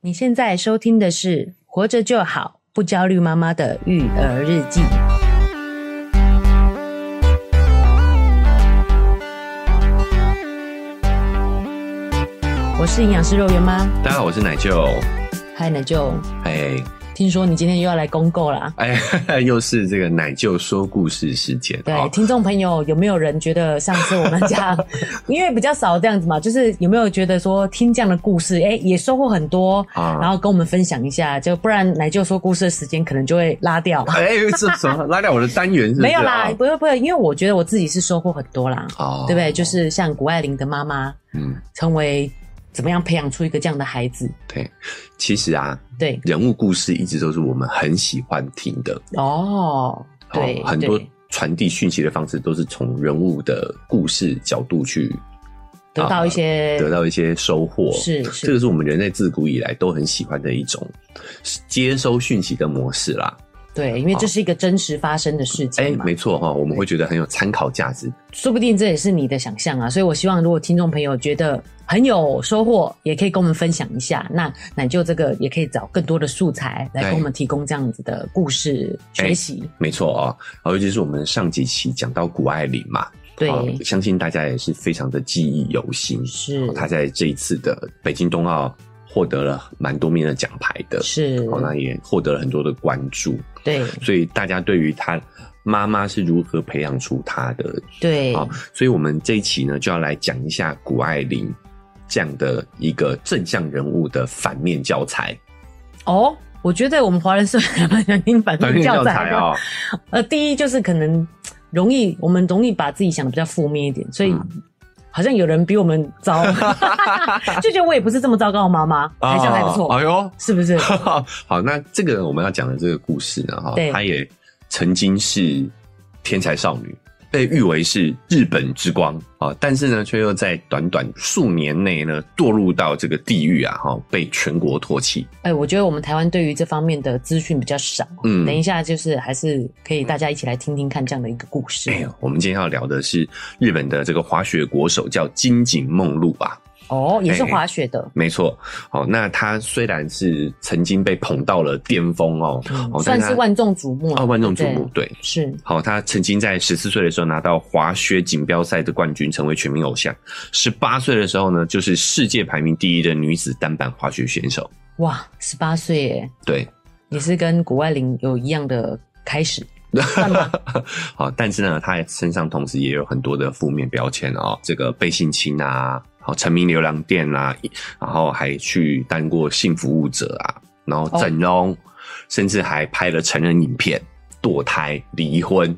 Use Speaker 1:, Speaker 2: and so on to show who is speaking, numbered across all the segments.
Speaker 1: 你现在收听的是《活着就好不焦虑妈妈的育儿日记》。我是营养师肉圆妈，
Speaker 2: 大家好，我是奶舅。
Speaker 1: 嗨奶舅，
Speaker 2: 哎
Speaker 1: 听说你今天又要来公购啦？
Speaker 2: 哎， 又是这个奶舅说故事时间。
Speaker 1: 对，
Speaker 2: 好
Speaker 1: 听众朋友有没有人觉得上次我们讲，因为比较少这样子嘛，就是有没有觉得说听这样的故事，哎、也收获很多，
Speaker 2: 啊
Speaker 1: 然后跟我们分享一下，就不然奶舅说故事的时间可能就会拉掉。
Speaker 2: 哎，这什么拉掉我的单元是不是？
Speaker 1: 没有啦，
Speaker 2: 啊
Speaker 1: 不会不会，因为我觉得我自己是收获很多啦，
Speaker 2: 哦
Speaker 1: 对不对？就是像谷爱凌的妈妈，
Speaker 2: 嗯，
Speaker 1: 成为怎么样培养出一个这样的孩子，
Speaker 2: 对，其实啊，
Speaker 1: 对，
Speaker 2: 人物故事一直都是我们很喜欢听的，
Speaker 1: 哦，对，
Speaker 2: 很多
Speaker 1: 对
Speaker 2: 传递讯息的方式都是从人物的故事角度去
Speaker 1: 得到一些、
Speaker 2: 啊得到一些收获。
Speaker 1: 是是
Speaker 2: 这个是我们人类自古以来都很喜欢的一种接收讯息的模式啦。
Speaker 1: 对，因为这是一个真实发生的事
Speaker 2: 哎
Speaker 1: 情，嘛，
Speaker 2: 没错哈、我们会觉得很有参考价值。
Speaker 1: 说不定这也是你的想象啊。所以我希望，如果听众朋友觉得很有收获，也可以跟我们分享一下。那奶舅这个也可以找更多的素材来
Speaker 2: 对
Speaker 1: 给我们提供这样子的故事学习。
Speaker 2: 没错哦，啊，尤其是我们上几期讲到谷爱凌嘛，
Speaker 1: 对，
Speaker 2: 哦相信大家也是非常的记忆犹新。啊
Speaker 1: 是
Speaker 2: 她在这一次的北京冬奥获得了蛮多面的奖牌的，
Speaker 1: 是，
Speaker 2: 哦，那也获得了很多的关注，
Speaker 1: 对
Speaker 2: 所以大家对于她妈妈是如何培养出她的，
Speaker 1: 对
Speaker 2: 啊、所以我们这一期呢就要来讲一下谷爱凌这样的一个正向人物的反面教材，
Speaker 1: 哦。我觉得我们华人社会蛮想听反面教材的
Speaker 2: 啊、哦，
Speaker 1: 呃，第一就是可能容易，我们容易把自己想的比较负面一点，所以
Speaker 2: 嗯
Speaker 1: 好像有人比我们 糟，就觉得我也不是这么糟糕的妈妈，
Speaker 2: 啊
Speaker 1: 还像还不错，
Speaker 2: 哎呦，
Speaker 1: 是不是？
Speaker 2: 好，那这个我们要讲的这个故事呢，哈
Speaker 1: 对，
Speaker 2: 她也曾经是天才少女，被誉为是日本之光啊，但是呢，却又在短短数年内呢，堕入到这个地狱啊，哈，被全国唾弃。
Speaker 1: 哎、我觉得我们台湾对于这方面的资讯比较少，
Speaker 2: 嗯
Speaker 1: 等一下就是还是可以大家一起来听听看这样的一个故事、
Speaker 2: 哎呦，我们今天要聊的是日本的这个滑雪国手叫金井梦露啊，
Speaker 1: 哦，也是
Speaker 2: 哎
Speaker 1: 滑雪的，
Speaker 2: 没错。哦，那她虽然是曾经被捧到了巅峰哦，
Speaker 1: 嗯
Speaker 2: 哦，
Speaker 1: 算是万众瞩目了，
Speaker 2: 哦万众瞩目
Speaker 1: 对，
Speaker 2: 对。
Speaker 1: 是
Speaker 2: 好，他曾经在十四岁的时候拿到滑雪锦标赛的冠军，成为全民偶像。十八岁的时候呢，就是世界排名第一的女子单板滑雪选手。
Speaker 1: 哇，十八岁耶，
Speaker 2: 对，
Speaker 1: 也是跟谷爱凌有一样的开始，算吧
Speaker 2: 好，但是呢，她身上同时也有很多的负面标签哦，这个被性侵啊，好沉迷牛郎店啊，然后还去当过性服务者啊，然后整容，甚至还拍了成人影片，堕胎、离婚，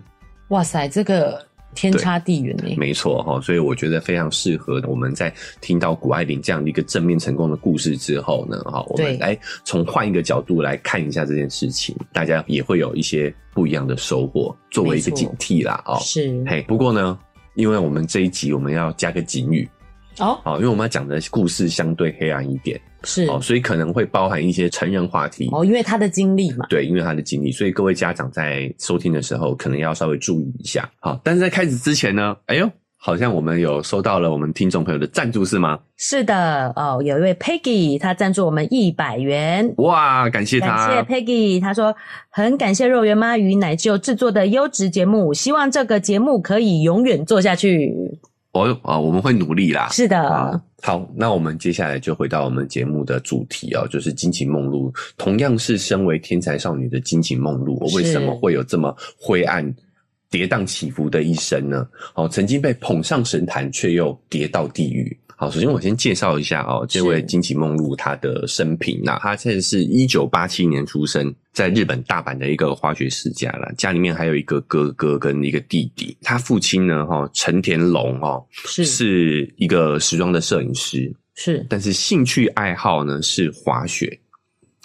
Speaker 1: 哇塞，这个天差地远哎，
Speaker 2: 没错哈，所以我觉得非常适合我们在听到谷爱凌这样的一个正面成功的故事之后呢，哈，我
Speaker 1: 对
Speaker 2: 们来从换一个角度来看一下这件事情，大家也会有一些不一样的收获，作为一个
Speaker 1: 没错
Speaker 2: 警惕啦哦。
Speaker 1: 是
Speaker 2: 嘿，不过呢，因为我们这一集我们要加个警语
Speaker 1: 哦，
Speaker 2: 啊、哦，因为我们要讲的故事相对黑暗一点
Speaker 1: 是
Speaker 2: 哦，所以可能会包含一些成人话题。
Speaker 1: 哦，因为他的经历嘛，
Speaker 2: 对，因为他的经历，所以各位家长在收听的时候，可能要稍微注意一下。好，但是在开始之前呢，哎呦，好像我们有收到了我们听众朋友的赞助是吗？
Speaker 1: 是的哦，有一位 Peggy，她赞助我们一百元。
Speaker 2: 哇，感谢
Speaker 1: 感
Speaker 2: 他，
Speaker 1: 谢 Peggy，她说很感谢肉圆妈与奶舅制作的优质节目，希望这个节目可以永远做下去。
Speaker 2: 哦啊，我们会努力啦。
Speaker 1: 是的
Speaker 2: 啊，，好，那我们接下来就回到我们节目的主题哦，就是金井梦露。同样是身为天才少女的金井梦露，
Speaker 1: 是
Speaker 2: 为什么会有这么灰暗、跌宕起伏的一生呢？哦，曾经被捧上神坛，却又跌到地狱。好，首先我先介绍一下哦，这位
Speaker 1: 是
Speaker 2: 金井梦露她的生平那、她现在是一九八七年出生，在日本大阪的一个滑雪世家啦，家里面还有一个哥哥跟一个弟弟。她父亲呢，哈、哦，成田龙哦，
Speaker 1: 是是
Speaker 2: 是一个时装的摄影师，但是兴趣爱好呢是滑雪，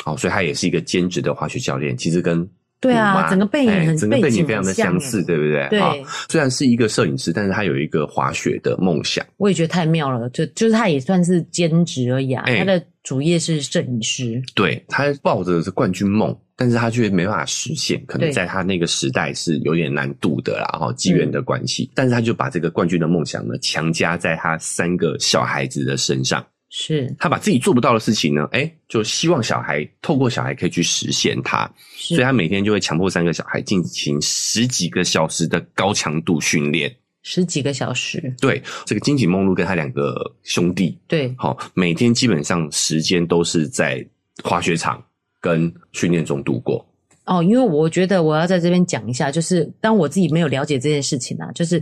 Speaker 2: 哦，所以他也是一个兼职的滑雪教练。其实跟
Speaker 1: 对啊
Speaker 2: 虎妈
Speaker 1: 整个背影
Speaker 2: 哎
Speaker 1: 很
Speaker 2: 整个背
Speaker 1: 背景
Speaker 2: 景非常的
Speaker 1: 很像
Speaker 2: 相
Speaker 1: 耶
Speaker 2: 似，对不对？
Speaker 1: 对
Speaker 2: 啊虽然是一个摄影师，但是他有一个滑雪的梦想。
Speaker 1: 我也觉得太妙了，就就是他也算是兼职而已啊，
Speaker 2: 哎
Speaker 1: 他的主业是摄影师，
Speaker 2: 对他抱着是冠军梦，但是他却没办法实现，可能
Speaker 1: 对
Speaker 2: 在他那个时代是有点难度的啦，哈，机缘的
Speaker 1: 嗯
Speaker 2: 关系。但是他就把这个冠军的梦想呢，强加在他三个小孩子的身上。
Speaker 1: 是
Speaker 2: 他把自己做不到的事情呢，哎，就希望小孩透过小孩可以去实现它，所以
Speaker 1: 是
Speaker 2: 他每天就会强迫三个小孩进行十几个小时的高强度训练。
Speaker 1: 十几个小时，
Speaker 2: 对，这个金井梦露跟他两个兄弟，
Speaker 1: 对，
Speaker 2: 好、每天基本上时间都是在滑雪场跟训练中度过。
Speaker 1: 哦，因为我觉得我要在这边讲一下，就是当我自己没有了解这件事情啊，就是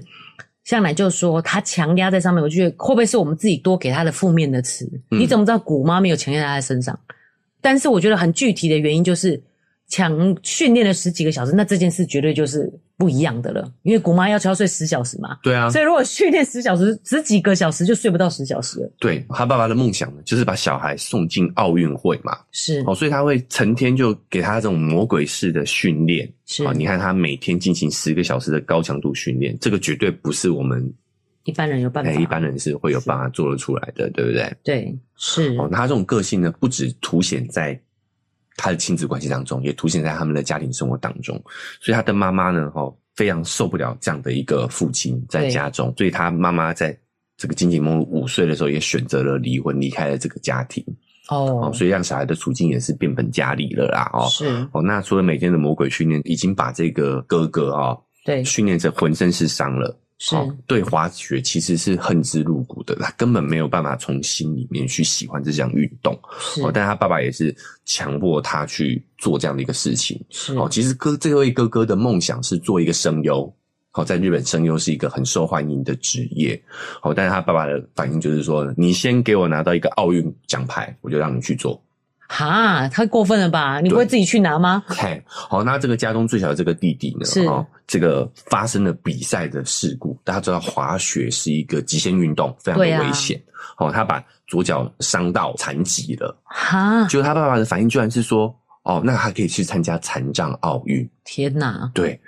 Speaker 1: 向来就说他强压在上面，我就觉得会不会是我们自己多给他的负面的词？
Speaker 2: 嗯
Speaker 1: 你怎么知道古妈没有强压在他身上？但是我觉得很具体的原因就是。强训练了十几个小时，那这件事绝对就是不一样的了，因为古妈要求要睡十小时嘛，
Speaker 2: 对啊，
Speaker 1: 所以如果训练十小时，十几个小时就睡不到十小时了。
Speaker 2: 对他爸爸的梦想呢，就是把小孩送进奥运会嘛。
Speaker 1: 是
Speaker 2: 哦，所以他会成天就给他这种魔鬼式的训练。
Speaker 1: 是
Speaker 2: 啊、你看他每天进行十个小时的高强度训练，这个绝对不是我们
Speaker 1: 一般人有办法，
Speaker 2: 哎一般人是会有办法做得出来的，对不对？
Speaker 1: 对是
Speaker 2: 哦，那他这种个性呢，不只凸显在他的亲子关系当中，也凸显在他们的家庭生活当中。所以他的妈妈呢，哦，非常受不了这样的一个父亲在
Speaker 1: 对
Speaker 2: 家中，所以他妈妈在这个金井梦五岁的时候也选择了离婚，离开了这个家庭。
Speaker 1: 哦
Speaker 2: 哦，所以让小孩的处境也是变本加厉了啦。哦，
Speaker 1: 是
Speaker 2: 哦，那除了每天的魔鬼训练，已经把这个哥哥哦
Speaker 1: 对
Speaker 2: 训练成浑身是伤了。
Speaker 1: 是
Speaker 2: 哦，对滑雪其实是恨之入骨的，他根本没有办法从心里面去喜欢这项运动。
Speaker 1: 是
Speaker 2: 哦，但他爸爸也是强迫他去做这样的一个事情。
Speaker 1: 是
Speaker 2: 哦，其实哥这位哥哥的梦想是做一个声优。好，在日本声优是一个很受欢迎的职业。好，但是他爸爸的反应就是说：“你先给我拿到一个奥运奖牌，我就让你去做。
Speaker 1: 哈，太过分了吧？你不会自己去拿吗”？
Speaker 2: 嘿，好，那这个家中最小的这个弟弟呢？
Speaker 1: 是
Speaker 2: 哦，这个发生了比赛的事故。大家知道滑雪是一个极限运动，非常的
Speaker 1: 对啊
Speaker 2: 危险。好、他把左脚伤到残疾了。
Speaker 1: 哈，
Speaker 2: 结果他爸爸的反应居然是说：“哦，那他可以去参加残障奥运。
Speaker 1: 天哪”，
Speaker 2: 对，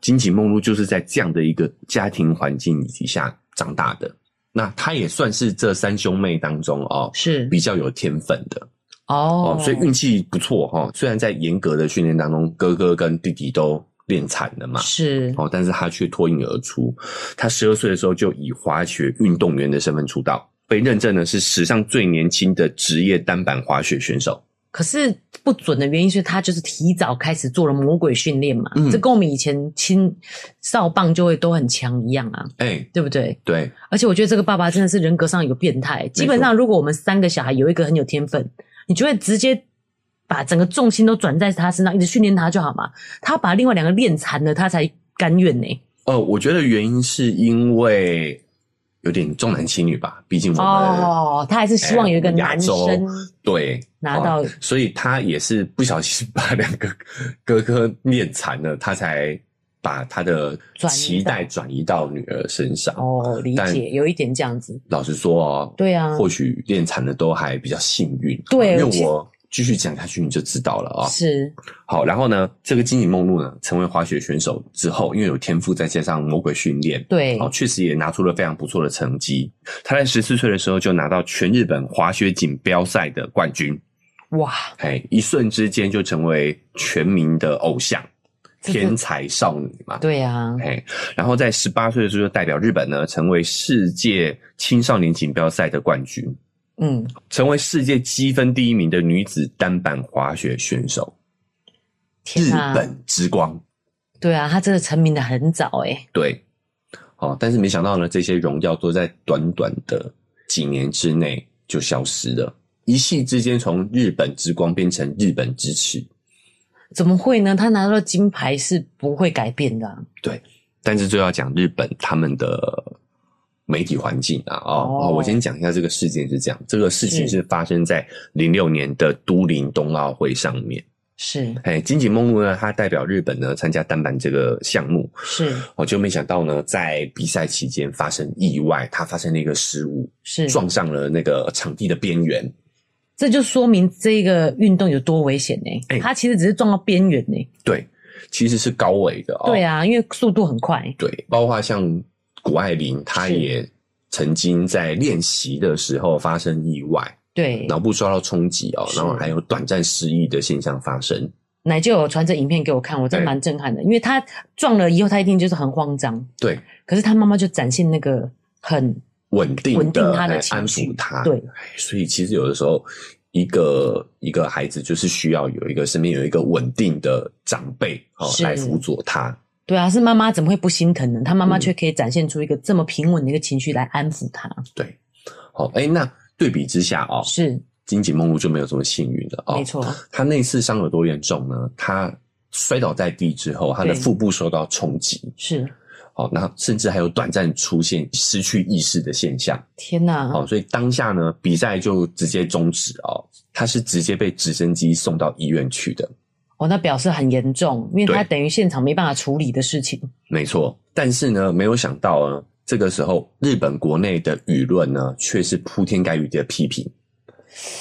Speaker 2: 金井梦露就是在这样的一个家庭环境底下长大的。那他也算是这三兄妹当中哦，
Speaker 1: 是
Speaker 2: 比较有天分的
Speaker 1: 哦
Speaker 2: 哦，所以运气不错哈、哦。虽然在严格的训练当中，哥哥跟弟弟都练惨了嘛。
Speaker 1: 是
Speaker 2: 哦，但是他却脱颖而出。他十二岁的时候就以滑雪运动员的身份出道，被认证呢是史上最年轻的职业单板滑雪选手。
Speaker 1: 可是不准的原因是他就是提早开始做了魔鬼训练嘛，
Speaker 2: 嗯
Speaker 1: 这跟我们以前青少棒就会都很强一样啊，
Speaker 2: 哎、
Speaker 1: 对不对？
Speaker 2: 对，
Speaker 1: 而且我觉得这个爸爸真的是人格上有变态。基本上，如果我们三个小孩有一个很有天分，你就会直接把整个重心都转在他身上，一直训练他就好嘛。他把另外两个练残了，他才甘愿呢、
Speaker 2: 呃，我觉得原因是因为有点重男轻女吧，毕竟我们、
Speaker 1: 哦，他还是希望有一个
Speaker 2: 哎我们亚
Speaker 1: 男
Speaker 2: 洲
Speaker 1: 生
Speaker 2: 对
Speaker 1: 拿到
Speaker 2: 哦所以他也是不小心把两个哥哥练残了，他才把他的
Speaker 1: 转移
Speaker 2: 期待转移到女儿身上。
Speaker 1: 哦，理
Speaker 2: 但
Speaker 1: 解有一点这样子。
Speaker 2: 老实说哦，
Speaker 1: 对啊
Speaker 2: 或许练残的都还比较幸运，哦
Speaker 1: 对
Speaker 2: 因
Speaker 1: 其
Speaker 2: 为
Speaker 1: 实
Speaker 2: 我继续讲下去你就知道了啊、
Speaker 1: 是
Speaker 2: 好，然后呢，这个金井梦露呢，成为滑雪选手之后，因为有天赋，再加上魔鬼训练，
Speaker 1: 对
Speaker 2: 哦，确实也拿出了非常不错的成绩。他在十四岁的时候就拿到全日本滑雪锦标赛的冠军，
Speaker 1: 哇，
Speaker 2: 哎，一瞬之间就成为全民的偶像、
Speaker 1: 这个
Speaker 2: 天才少女嘛。
Speaker 1: 对啊，
Speaker 2: 哎，然后在十八岁的时候就代表日本呢，成为世界青少年锦标赛的冠军，
Speaker 1: 嗯，
Speaker 2: 成为世界积分第一名的女子单板滑雪选手，
Speaker 1: 天
Speaker 2: 日
Speaker 1: 啊，
Speaker 2: 本之光。
Speaker 1: 对啊，他真的成名的很早哎诶、
Speaker 2: 对，好、但是没想到呢，这些荣耀都在短短的几年之内就消失了，一夕之间从日本之光变成日本之耻。
Speaker 1: 怎么会呢？他拿到金牌是不会改变的啊、
Speaker 2: 但是就要讲日本他们的媒体环境啊，哦，
Speaker 1: 哦
Speaker 2: 哦我先讲一下这个事件是这样，这个事情
Speaker 1: 是
Speaker 2: 是发生在零六年的都灵冬奥会上面。
Speaker 1: 是
Speaker 2: 哎，金井梦露呢，她代表日本呢参加单板这个项目，
Speaker 1: 是
Speaker 2: 我、哦、就没想到呢，在比赛期间发生意外，她发生了一个失误，
Speaker 1: 是，
Speaker 2: 撞上了那个场地的边缘。
Speaker 1: 这就说明这个运动有多危险呢、
Speaker 2: 哎
Speaker 1: 他其实只是撞到边缘呢、
Speaker 2: 对，其实是高危的哦。
Speaker 1: 对，啊，因为速度很快。
Speaker 2: 对，包括像谷爱凌，她
Speaker 1: 是
Speaker 2: 也曾经在练习的时候发生意外，
Speaker 1: 对，
Speaker 2: 脑部受到冲击哦，
Speaker 1: 是
Speaker 2: 然后还有短暂失忆的现象发生。
Speaker 1: 奶就有传这影片给我看，我真
Speaker 2: 对
Speaker 1: 蛮震撼的，因为他撞了以后，他一定就是很慌张，
Speaker 2: 对
Speaker 1: 可是他妈妈就展现那个很
Speaker 2: 稳定
Speaker 1: 稳定
Speaker 2: 的
Speaker 1: 他的
Speaker 2: 哎
Speaker 1: 情
Speaker 2: 安
Speaker 1: 绪
Speaker 2: 抚他。
Speaker 1: 对，
Speaker 2: 哎所以其实有的时候，一个一个孩子就是需要有一个身边有一个稳定的长辈哦
Speaker 1: 是
Speaker 2: 来辅佐他。
Speaker 1: 对啊，是妈妈怎么会不心疼呢？她妈妈
Speaker 2: 嗯
Speaker 1: 却可以展现出一个这么平稳的一个情绪来安抚她，
Speaker 2: 对，好、哎，那对比之下哦，
Speaker 1: 是
Speaker 2: 金井梦露就没有这么幸运了哦。
Speaker 1: 没错，
Speaker 2: 他那次伤有多严重呢？他摔倒在地之后，他的
Speaker 1: 对
Speaker 2: 腹部受到冲击，
Speaker 1: 是
Speaker 2: 哦，那甚至还有短暂出现失去意识的现象。
Speaker 1: 天哪，
Speaker 2: 哦，所以当下呢，比赛就直接终止哦。他是直接被直升机送到医院去的，
Speaker 1: 哦，那表示很严重，因为
Speaker 2: 对
Speaker 1: 她等于现场没办法处理的事情，
Speaker 2: 没错。但是呢，没有想到呢，这个时候日本国内的舆论呢，却是铺天盖雨的批评，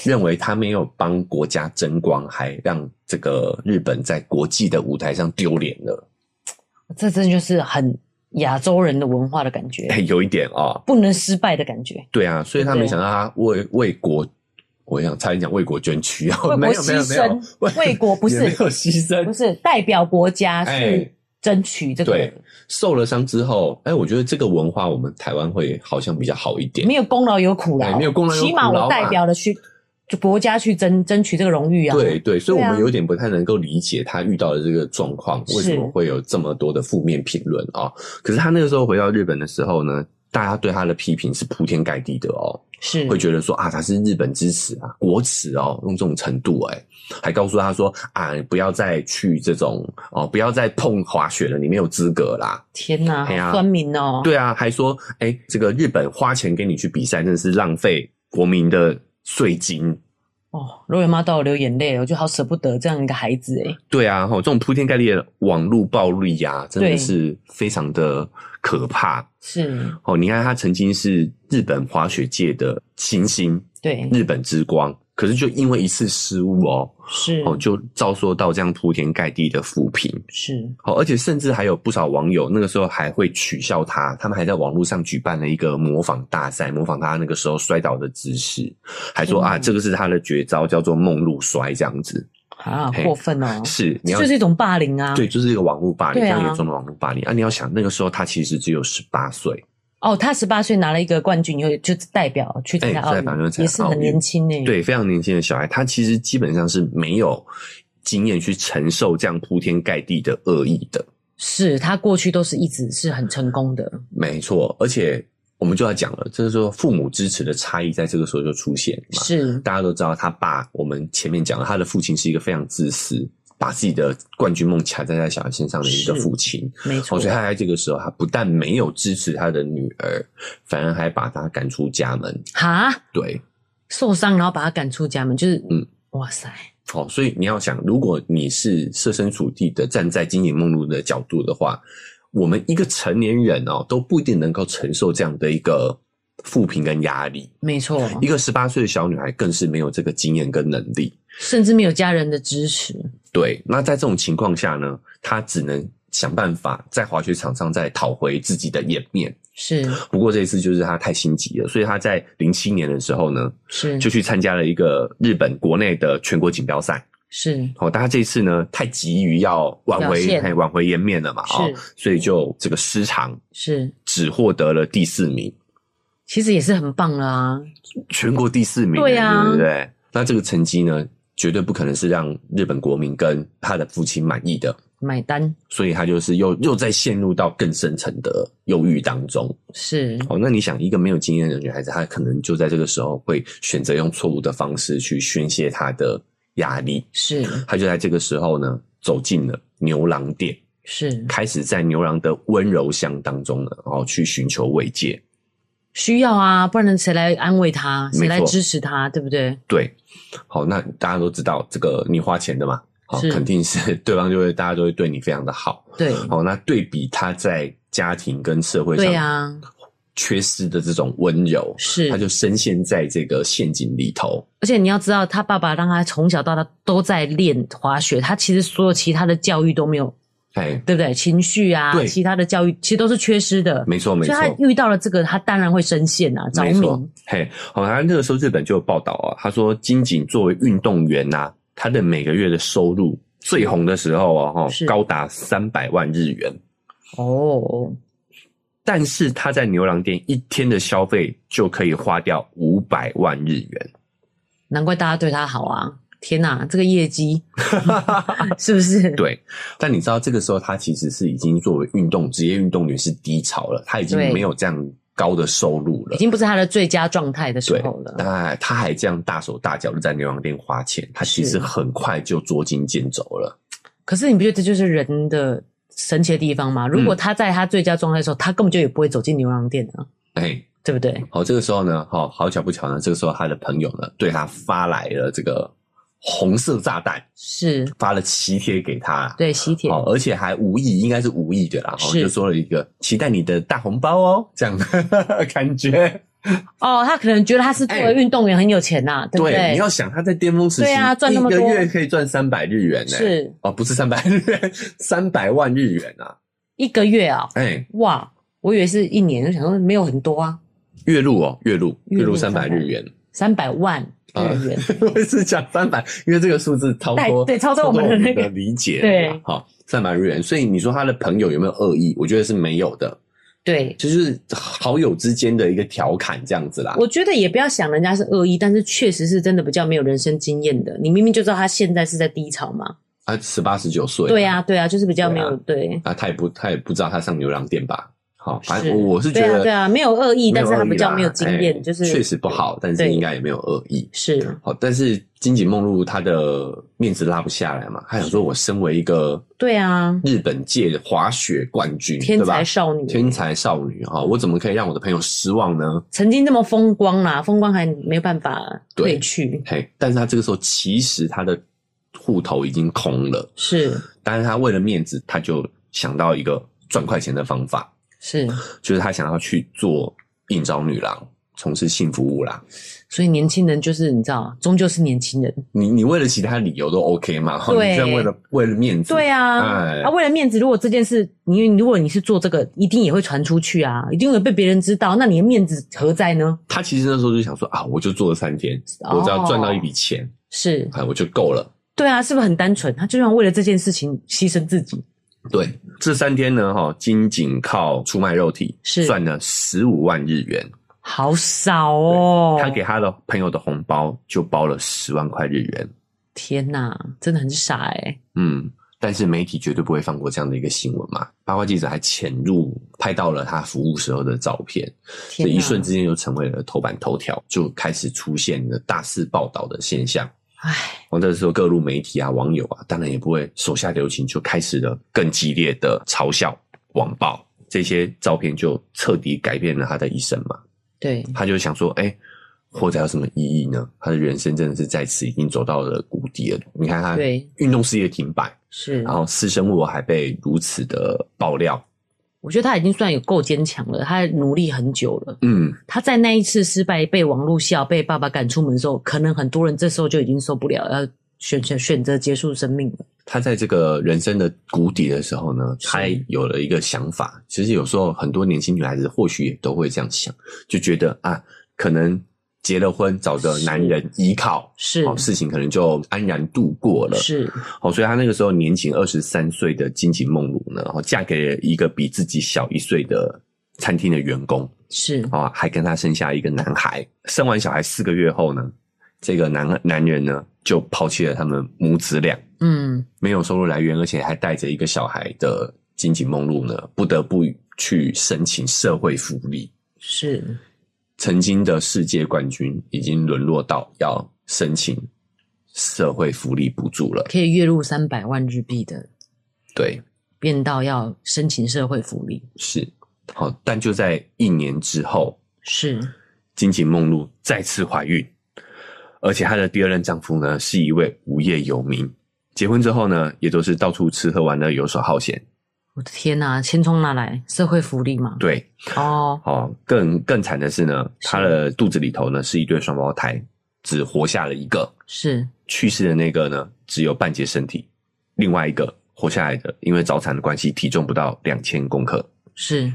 Speaker 2: 认为他没有帮国家争光，还让这个日本在国际的舞台上丢脸了。
Speaker 1: 这真的就是很亚洲人的文化的感觉，
Speaker 2: 哎，有一点哦，
Speaker 1: 不能失败的感觉，
Speaker 2: 对啊，所以他没
Speaker 1: 对
Speaker 2: 想到他为为国，我想差点讲为国捐躯啊，
Speaker 1: 为国
Speaker 2: 没有没有
Speaker 1: 牺
Speaker 2: 没有
Speaker 1: 牲，为国不是
Speaker 2: 也没有牺
Speaker 1: 不
Speaker 2: 牲，
Speaker 1: 是代表国家
Speaker 2: 哎
Speaker 1: 去争取这个
Speaker 2: 对，受了伤之后，哎，我觉得这个文化我们台湾会好像比较好一点
Speaker 1: 没。有功劳有苦劳，
Speaker 2: 哎没有功劳有苦劳
Speaker 1: 起码我代表了去就国家去争争取这个荣誉啊。
Speaker 2: 对对，所以我
Speaker 1: 对啊
Speaker 2: 们有点不太能够理解他遇到的这个状况，为什么
Speaker 1: 是
Speaker 2: 会有这么多的负面评论啊？可是他那个时候回到日本的时候呢，大家对他的批评是铺天盖地的哦。
Speaker 1: 是
Speaker 2: 会觉得说啊，他是日本支持啊，国耻哦，用这种程度哎、还告诉他说啊，你不要再去这种哦，不要再碰滑雪了，你没有资格啦。
Speaker 1: 天哪，
Speaker 2: 哎呀
Speaker 1: 好酸民哦。
Speaker 2: 对啊，还说哎、这个日本花钱给你去比赛，真的是浪费国民的税金。
Speaker 1: 哦，罗远妈到我流眼泪了，我就好舍不得这样一个孩子哎。
Speaker 2: 对啊，吼，这种铺天盖地的网络暴力呀、真的
Speaker 1: 对
Speaker 2: 是非常的可怕。
Speaker 1: 是，
Speaker 2: 哦，你看他曾经是日本滑雪界的新星，
Speaker 1: 对，
Speaker 2: 日本之光，可是就因为一次失误哦，
Speaker 1: 是
Speaker 2: 哦，就遭受到这样铺天盖地的负评。
Speaker 1: 是，
Speaker 2: 哦，而且甚至还有不少网友那个时候还会取笑他，他们还在网络上举办了一个模仿大赛，模仿他那个时候摔倒的姿势，还说
Speaker 1: 天哪
Speaker 2: 啊，这个是他的绝招，叫做梦露摔这样子。
Speaker 1: 啊，
Speaker 2: 嘿
Speaker 1: 过分哦，
Speaker 2: 是，哎你要
Speaker 1: 这就是一种霸凌啊。
Speaker 2: 对，，就是一个网络霸凌，
Speaker 1: 对
Speaker 2: 非
Speaker 1: 啊
Speaker 2: 常严重的网络霸凌啊！你要想，那个时候他其实只有十八岁，
Speaker 1: 哦，他十八岁拿了一个冠军以后，就代表去参加
Speaker 2: 哎
Speaker 1: 奥
Speaker 2: 代表
Speaker 1: 运，
Speaker 2: 参加
Speaker 1: 也是
Speaker 2: 奥
Speaker 1: 很
Speaker 2: 运
Speaker 1: 年轻哎。，
Speaker 2: 对，非常年轻的小孩，他其实基本上是没有经验去承受这样铺天盖地的恶意的。
Speaker 1: 是他过去都是一直是很成功的，
Speaker 2: 没错，而且我们就要讲了，这个时候父母支持的差异在这个时候就出现了嘛。
Speaker 1: 是
Speaker 2: 大家都知道，他爸我们前面讲了，他的父亲是一个非常自私，把自己的冠军梦卡在在小孩身上的一个
Speaker 1: 是
Speaker 2: 父亲。
Speaker 1: 没
Speaker 2: 哦，
Speaker 1: 错
Speaker 2: 所以，他在这个时候，他不但没有支持他的女儿，反而还把他赶出家门。
Speaker 1: 哈，
Speaker 2: 对，
Speaker 1: 受伤然后把他赶出家门，就是
Speaker 2: 嗯
Speaker 1: 嗯，哇塞，
Speaker 2: 哦，所以你要想，如果你是设身处地的站在金井梦露的角度的话，我们一个成年人哦，都不一定能够承受这样的一个负评跟压力。
Speaker 1: 没错，
Speaker 2: 一个十八岁的小女孩更是没有这个经验跟能力。
Speaker 1: 甚至没有家人的支持，
Speaker 2: 对，那在这种情况下呢，她只能想办法在滑雪场上再讨回自己的颜面。
Speaker 1: 是
Speaker 2: 不过这一次就是她太心急了，所以她在零七年的时候呢，
Speaker 1: 是
Speaker 2: 就去参加了一个日本国内的全国锦标赛。
Speaker 1: 是
Speaker 2: 哦，但她这一次呢，太急于要挽
Speaker 1: 表
Speaker 2: 回
Speaker 1: 现
Speaker 2: 哎挽回颜面了嘛，哦，
Speaker 1: 是
Speaker 2: 所以就这个失常，
Speaker 1: 是，
Speaker 2: 只获得了第四名。
Speaker 1: 其实也是很棒啦、
Speaker 2: 全国第四名，
Speaker 1: 对啊
Speaker 2: 对不对？那这个成绩呢，绝对不可能是让日本国民跟他的父亲满意的，
Speaker 1: 买单
Speaker 2: 所以他就是又又再陷入到更深层的忧郁当中。
Speaker 1: 是
Speaker 2: 哦，那你想，一个没有经验的女孩子，她可能就在这个时候会选择用错误的方式去宣泄她的压力，
Speaker 1: 是
Speaker 2: 她就在这个时候呢，走进了牛郎店，
Speaker 1: 是，
Speaker 2: 开始在牛郎的温柔乡当中呢，然后去寻求慰藉。
Speaker 1: 需要啊，不然谁来安慰他，
Speaker 2: 没
Speaker 1: 谁来
Speaker 2: 错
Speaker 1: 支持他，对不对？
Speaker 2: 对，好，那大家都知道这个你花钱的嘛，好，
Speaker 1: 是
Speaker 2: 肯定是对方就会大家都会对你非常的好。
Speaker 1: 对
Speaker 2: 好，那对比他在家庭跟社会
Speaker 1: 对
Speaker 2: 上
Speaker 1: 啊，
Speaker 2: 缺失的这种温柔，
Speaker 1: 是
Speaker 2: 他，就深陷在这个陷阱里头。
Speaker 1: 而且你要知道，他爸爸让他从小到大都在练滑雪，他其实所有其他的教育都没有，
Speaker 2: 哎，
Speaker 1: 对不对？情绪啊
Speaker 2: 对，
Speaker 1: 其他的教育其实都是缺失的，
Speaker 2: 没错，没
Speaker 1: 所以
Speaker 2: 错。
Speaker 1: 他遇到了这个，他当然会深陷啊，着
Speaker 2: 没
Speaker 1: 迷
Speaker 2: 错，嘿，好，像那个时候日本就有报道啊，他说金井作为运动员呐、他的每个月的收入最红的时候啊，哈，
Speaker 1: 是
Speaker 2: 高达三百万日元，
Speaker 1: 哦，
Speaker 2: 但是他在牛郎店一天的消费就可以花掉五百万日元。
Speaker 1: 难怪大家对他好啊！天哪，这个业 绩是不是？
Speaker 2: 对，但你知道这个时候他其实是已经作为运动职业运动员是低潮了，他已经
Speaker 1: 对
Speaker 2: 没有这样高的收入了
Speaker 1: 已。经不是他的最佳状态的时
Speaker 2: 对
Speaker 1: 候，了。
Speaker 2: 那他还这样大手大脚的在牛郎店花钱，他其
Speaker 1: 是
Speaker 2: 实很快就捉襟见肘了。
Speaker 1: 可是你不觉得这就是人的神奇的地方吗？
Speaker 2: 嗯
Speaker 1: 如果他在他最佳状态的时候，他根本就也不会走进牛郎店啊，
Speaker 2: 哎、
Speaker 1: 对不对？
Speaker 2: 好，这个时候呢，好好巧不巧呢，这个时候他的朋友呢对他发来了这个红色炸弹，
Speaker 1: 是，
Speaker 2: 发了喜帖给他，
Speaker 1: 对，喜帖
Speaker 2: 好，而且还无意，应该是无意的啦，好
Speaker 1: 是
Speaker 2: 就说了一个期待你的大红包哦，这样 的感觉。
Speaker 1: 哦，他可能觉得他是作为
Speaker 2: 哎
Speaker 1: 运动员很有钱呐、对不
Speaker 2: 你要想他在巅峰时期，
Speaker 1: 对啊赚那么
Speaker 2: 一
Speaker 1: 多
Speaker 2: 个月可以赚三百日元呢、
Speaker 1: 是
Speaker 2: 哦，不是三百日元，三百万日元啊！
Speaker 1: 一个月啊、
Speaker 2: 哎、
Speaker 1: 哇，我以为是一年，我想说没有很多啊，
Speaker 2: 月入哦，月入
Speaker 1: 月
Speaker 2: 月
Speaker 1: 入
Speaker 2: 入三百日元，
Speaker 1: 三百万
Speaker 2: 啊
Speaker 1: 日 元，
Speaker 2: 我是讲三百，因为这个数字超
Speaker 1: 带
Speaker 2: 过
Speaker 1: 对超出我们的
Speaker 2: 超出
Speaker 1: 那个
Speaker 2: 理解
Speaker 1: 对
Speaker 2: 了啦，好三百日元。所以你说他的朋友有没有恶意？我觉得是没有的，
Speaker 1: 对。
Speaker 2: 就是好友之间的一个调侃这样子啦。
Speaker 1: 我觉得也不要想人家是恶意，但是确实是真的比较没有人生经验的。你明明就知道他现在是在低潮嘛，
Speaker 2: 啊，十八十九岁，
Speaker 1: 对啊，对啊，就是比较没有对，
Speaker 2: 啊，他也不他也不知道他上牛郎店吧？好，反
Speaker 1: 是
Speaker 2: 正我是觉
Speaker 1: 对啊
Speaker 2: 得
Speaker 1: 对啊没有恶意但是他
Speaker 2: 恶意
Speaker 1: 比较
Speaker 2: 啦
Speaker 1: 没有经验
Speaker 2: 哎
Speaker 1: 就是
Speaker 2: 确实不好，但是
Speaker 1: 对
Speaker 2: 应该也没有恶意。
Speaker 1: 是
Speaker 2: 好，但是金井梦露她的面子拉不下来嘛，她想说我身为一个
Speaker 1: 对啊，
Speaker 2: 日本界的滑雪冠军，
Speaker 1: 天
Speaker 2: 对吧
Speaker 1: 才？少女，
Speaker 2: 天才少女哈、我怎么可以让我的朋友失望呢？
Speaker 1: 曾经这么风光啦，风光还没有办法
Speaker 2: 对
Speaker 1: 褪去，
Speaker 2: 嘿，但是她这个时候其实她的户头已经空了，
Speaker 1: 是
Speaker 2: 但是她为了面子，她就想到一个赚快钱的方法，
Speaker 1: 是，
Speaker 2: 就是他想要去做应招女郎，从事性服务啦。
Speaker 1: 所以年轻人就是你知道，终究是年轻人，
Speaker 2: 你你为了其他理由都 OK 嘛？哈，你
Speaker 1: 对
Speaker 2: 居然为了为了面子，
Speaker 1: 对啊，
Speaker 2: 哎
Speaker 1: 啊，为了面子，如果这件事，你如果你是做这个，一定也会传出去啊，一定会被别人知道，那你的面子何在呢？
Speaker 2: 他其实那时候就想说啊，我就做了三天，
Speaker 1: 哦
Speaker 2: 我只要赚到一笔钱，
Speaker 1: 是
Speaker 2: 哎，我就够了。
Speaker 1: 对啊，是不是很单纯？他就算为了这件事情牺牲自己，
Speaker 2: 对，这三天呢，哈，仅仅靠出卖肉体
Speaker 1: 是
Speaker 2: 赚了十五万日元，
Speaker 1: 好少哦！
Speaker 2: 他给他的朋友的红包就包了十万块日元。
Speaker 1: 天哪，真的很傻哎、
Speaker 2: 嗯，但是媒体绝对不会放过这样的一个新闻嘛。八卦记者还潜入拍到了他服务时候的照片，这
Speaker 1: 天哪
Speaker 2: 一瞬，之间就成为了头版头条，就开始出现了大肆报道的现象。
Speaker 1: 唉，
Speaker 2: 然后这时候各路媒体啊、网友啊，当然也不会手下留情，就开始了更激烈的嘲笑、网暴。这些照片就彻底改变了他的一生嘛。
Speaker 1: 对，
Speaker 2: 他就想说，哎、活着有什么意义呢？他的人生真的是在此已经走到了谷底了。你看他
Speaker 1: 对
Speaker 2: 运动事业停摆，
Speaker 1: 是
Speaker 2: 然。后私生活还被如此的爆料。
Speaker 1: 我觉得他已经算有够坚强了，他努力很久了。
Speaker 2: 嗯，
Speaker 1: 他在那一次失败被网络笑、被爸爸赶出门的时候，可能很多人这时候就已经受不了，要选选选择结束生命了。
Speaker 2: 他在这个人生的谷底的时候呢，
Speaker 1: 是
Speaker 2: 他有了一个想法。其实有时候很多年轻女孩子或许也都会这样想，就觉得啊，可能结了婚，找个男人依靠，
Speaker 1: 是
Speaker 2: 哦，事情可能就安然度过了。
Speaker 1: 是，
Speaker 2: 哦，所以她那个时候年仅二十三岁的金井梦露呢，哦，嫁给了一个比自己小一岁的餐厅的员工，
Speaker 1: 是
Speaker 2: 哦，还跟她生下一个男孩。生完小孩四个月后呢，这个男男人呢就抛弃了他们母子俩。
Speaker 1: 嗯，
Speaker 2: 没有收入来源，而且还带着一个小孩的金井梦露呢，不得不去申请社会福利。
Speaker 1: 是
Speaker 2: 曾经的世界冠军已经沦落到要申请社会福利补助了。
Speaker 1: 可以月入三百万日币的，
Speaker 2: 对，
Speaker 1: 变到要申请社会福利，
Speaker 2: 是好，但就在一年之后，
Speaker 1: 是
Speaker 2: 金井梦露再次怀孕，而且她的第二任丈夫呢是一位无业游民。结婚之后呢，也都是到处吃喝玩乐，游手好闲。
Speaker 1: 我的天哪、钱从哪来？社会福利嘛。
Speaker 2: 对，
Speaker 1: 哦，
Speaker 2: 哦，更更惨的是呢，
Speaker 1: 是
Speaker 2: 她的肚子里头呢是一对双胞胎，只活下了一个，
Speaker 1: 是
Speaker 2: 去世的那个呢只有半截身体，另外一个活下来的，因为早产的关系，体重不到两千公克。
Speaker 1: 是，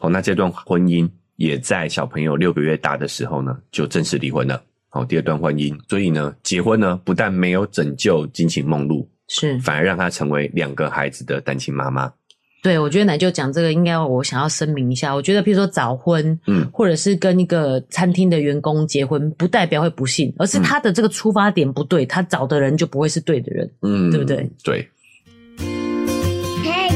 Speaker 2: 哦，那这段婚姻也在小朋友六个月大的时候呢，就正式离婚了。哦，第二段婚姻，所以呢，结婚呢不但没有拯救金琴梦露，
Speaker 1: 是
Speaker 2: 反而让她成为两个孩子的单亲妈妈。
Speaker 1: 对，我觉得奶就讲这个，应该我想要声明一下。我觉得，譬如说早婚，
Speaker 2: 嗯，
Speaker 1: 或者是跟一个餐厅的员工结婚，不代表会不幸，而
Speaker 2: 嗯
Speaker 1: 是他的这个出发点不对，他找的人就不会是对的人。
Speaker 2: 嗯，
Speaker 1: 对不对？
Speaker 2: 对，
Speaker 3: 嗨，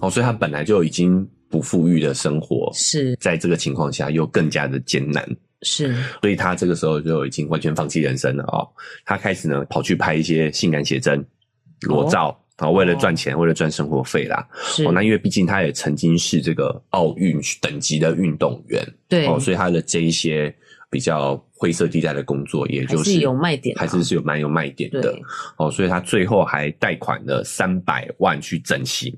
Speaker 2: 哦，所以他本来就已经不富裕的生活，
Speaker 1: 是
Speaker 2: 在这个情况下又更加的艰难，
Speaker 1: 是，
Speaker 2: 所以他这个时候就已经完全放弃人生了哦。他开始呢跑去拍一些性感写真、裸照，然后为了赚钱，为了赚生活费啦。
Speaker 1: 哦是，
Speaker 2: 哦，那因为毕竟他也曾经是这个奥运等级的运动员，
Speaker 1: 对，
Speaker 2: 哦，所以他的这一些比较灰色地带的工作，也
Speaker 1: 还
Speaker 2: 就是
Speaker 1: 有卖点啊
Speaker 2: 还是是有蛮有卖点的
Speaker 1: 对
Speaker 2: 哦，所以他最后还贷款了三百万去整形，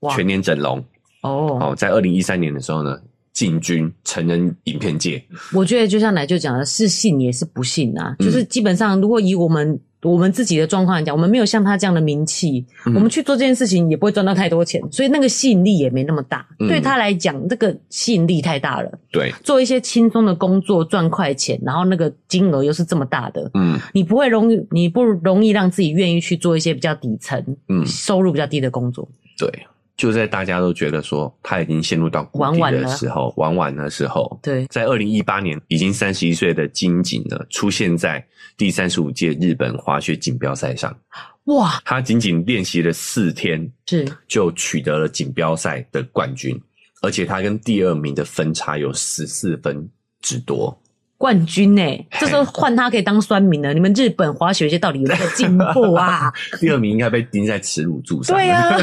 Speaker 1: 哇
Speaker 2: 全年整容
Speaker 1: 哦，
Speaker 2: 哦，在二零一三年的时候呢，进军成人影片界，
Speaker 1: 我觉得就像奶就讲的，是信也是不信啊。
Speaker 2: 嗯
Speaker 1: 就是基本上，如果以我们我们自己的状况来讲，我们没有像他这样的名气，
Speaker 2: 嗯
Speaker 1: 我们去做这件事情也不会赚到太多钱，所以那个吸引力也没那么大。
Speaker 2: 嗯
Speaker 1: 对他来讲，这个吸引力太大了。
Speaker 2: 对，
Speaker 1: 做一些轻松的工作赚快钱，然后那个金额又是这么大的，
Speaker 2: 嗯
Speaker 1: 你不会容易，你不容易让自己愿意去做一些比较底层、
Speaker 2: 嗯，
Speaker 1: 收入比较低的工作。
Speaker 2: 对。就在大家都觉得说他已经陷入到谷
Speaker 1: 玩
Speaker 2: 底
Speaker 1: 完
Speaker 2: 的
Speaker 1: 了
Speaker 2: 时候，玩完的时候，
Speaker 1: 对，
Speaker 2: 在二零一八年，已经三十一岁的金井呢，出现在第三十五届日本滑雪锦标赛上。
Speaker 1: 哇，
Speaker 2: 他仅仅练习了四天，
Speaker 1: 是
Speaker 2: 就取得了锦标赛的冠军，而且他跟第二名的分差有十四分之多。
Speaker 1: 冠军呢、这时候
Speaker 2: 嘿
Speaker 1: 换他可以当酸民了。你们日本滑雪界到底有没有进步 啊？
Speaker 2: 第二名应该被钉在耻辱柱上，
Speaker 1: 对 啊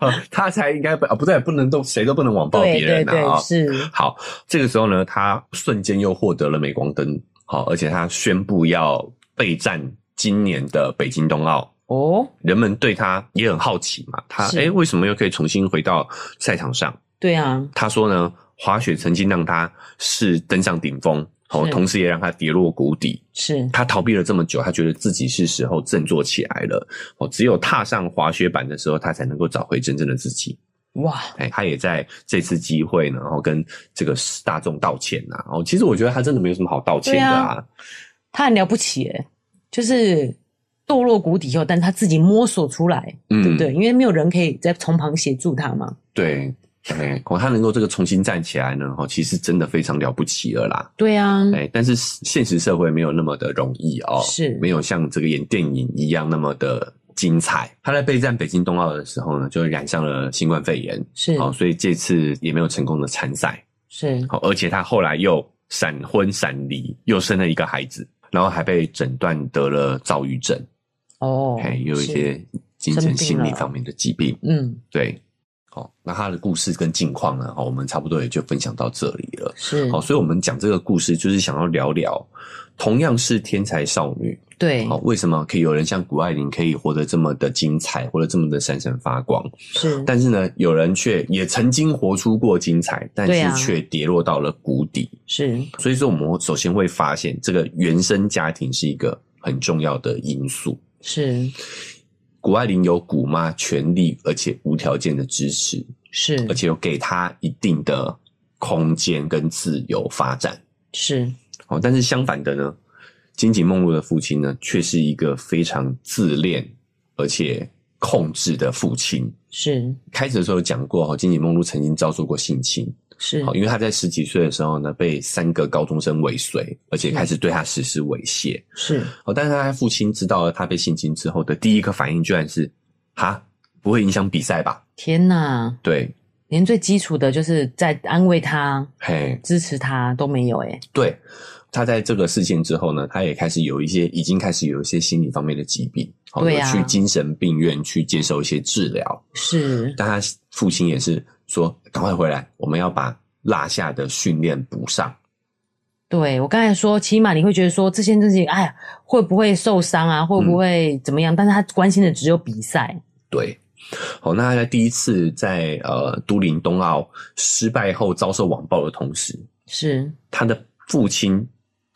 Speaker 2: 哦他才应该被啊，不对，不能都谁都不能网暴
Speaker 1: 对
Speaker 2: 别
Speaker 1: 对
Speaker 2: 人
Speaker 1: 对，
Speaker 2: 啊、哦
Speaker 1: 是
Speaker 2: 好，这个时候呢，他瞬间又获得了镁光灯，好，而且他宣布要备战今年的北京冬奥。
Speaker 1: 哦，
Speaker 2: 人们对他也很好奇嘛，他
Speaker 1: 是
Speaker 2: 诶、为什么又可以重新回到赛场上？
Speaker 1: 对啊，
Speaker 2: 他说呢，滑雪曾经让他是登上顶峰，哦，
Speaker 1: 是
Speaker 2: 同时也让他跌落谷底。
Speaker 1: 是
Speaker 2: 他逃避了这么久，他觉得自己是时候振作起来了。哦，只有踏上滑雪板的时候，他才能够找回真正的自己。
Speaker 1: 哇，
Speaker 2: 哎，他也在这次机会呢，然后跟这个大众道歉呐、哦，其实我觉得他真的没有什么好道歉的啊。
Speaker 1: 他很了不起耶、就是堕落谷底后，但他自己摸索出来，
Speaker 2: 嗯
Speaker 1: 对不对？因为没有人可以在从旁协助他嘛。
Speaker 2: 对，哎，哦，他能够这个重新站起来呢，哦，其实真的非常了不起了啦。
Speaker 1: 对啊，
Speaker 2: 哎，但是现实社会没有那么的容易哦，
Speaker 1: 是
Speaker 2: 没有像这个演电影一样那么的精彩。他在备战北京冬奥的时候呢，就染上了新冠肺炎，
Speaker 1: 是
Speaker 2: 哦，所以这次也没有成功的参赛。
Speaker 1: 是
Speaker 2: 好，而且他后来又闪婚闪离，又生了一个孩子，然后还被诊断得了躁郁症，
Speaker 1: 哦
Speaker 2: 哎、，有一
Speaker 1: 是
Speaker 2: 些精
Speaker 1: 生
Speaker 2: 神
Speaker 1: 病
Speaker 2: 心理
Speaker 1: 了
Speaker 2: 方面的疾病。
Speaker 1: 嗯
Speaker 2: 对，好，那他的故事跟近况呢？好，我们差不多也就分享到这里了。
Speaker 1: 是
Speaker 2: 好，所以我们讲这个故事，就是想要聊聊，同样是天才少女，
Speaker 1: 对
Speaker 2: 好，为什么可以有人像谷爱凌可以活得这么的精彩，活得这么的闪闪发光？
Speaker 1: 是
Speaker 2: 但是呢，有人却也曾经活出过精彩，但
Speaker 1: 对啊
Speaker 2: 是却跌落到了谷底。
Speaker 1: 是
Speaker 2: 所以说，我们首先会发现，这个原生家庭是一个很重要的因素。
Speaker 1: 是
Speaker 2: 谷爱凌有谷妈全力而且无条件的支持，
Speaker 1: 是
Speaker 2: 而且有给她一定的空间跟自由发展。
Speaker 1: 是
Speaker 2: 哦，但是相反的呢，金井梦露的父亲呢，却是一个非常自恋而且控制的父亲。
Speaker 1: 是
Speaker 2: 开始的时候有讲过，哦，金井梦露曾经遭受过性侵，
Speaker 1: 是
Speaker 2: 好，因为他在十几岁的时候呢，被三个高中生尾随，而且开始对他实施猥亵。
Speaker 1: 是
Speaker 2: 哦，但是他父亲知道了他被性侵之后的第一个反应，居然是哈，不会影响比赛吧？
Speaker 1: 天哪，
Speaker 2: 对，
Speaker 1: 连最基础的就是在安慰他、
Speaker 2: 嘿，
Speaker 1: 支持他都没有哎，
Speaker 2: 对。他在这个事件之后呢，他也开始有一些，已经开始有一些心理方面的疾病，好、
Speaker 1: 对
Speaker 2: 有
Speaker 1: 啊
Speaker 2: 去精神病院去接受一些治疗。
Speaker 1: 是
Speaker 2: 但他父亲也是说，赶快回来，我们要把落下的训练补上。
Speaker 1: 对我刚才说，起码你会觉得说这些东西，哎
Speaker 2: 嗯
Speaker 1: 呀，会不会受伤啊？会不会怎么样？但是他关心的只有比赛，
Speaker 2: 对，好，那他在第一次在呃都灵冬奥失败后遭受网暴的同时，
Speaker 1: 是
Speaker 2: 他的父亲